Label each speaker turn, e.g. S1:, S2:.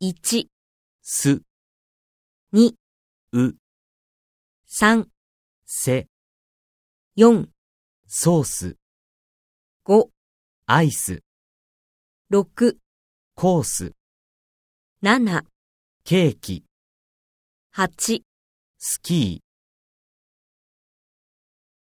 S1: 1、
S2: す、
S1: 2、
S2: う、
S1: 3、
S2: せ、
S1: 4、
S2: ソース、
S1: 5、
S2: アイス、
S1: 6、
S2: コース、
S1: 7、
S2: ケーキ、
S1: 8
S2: スキー。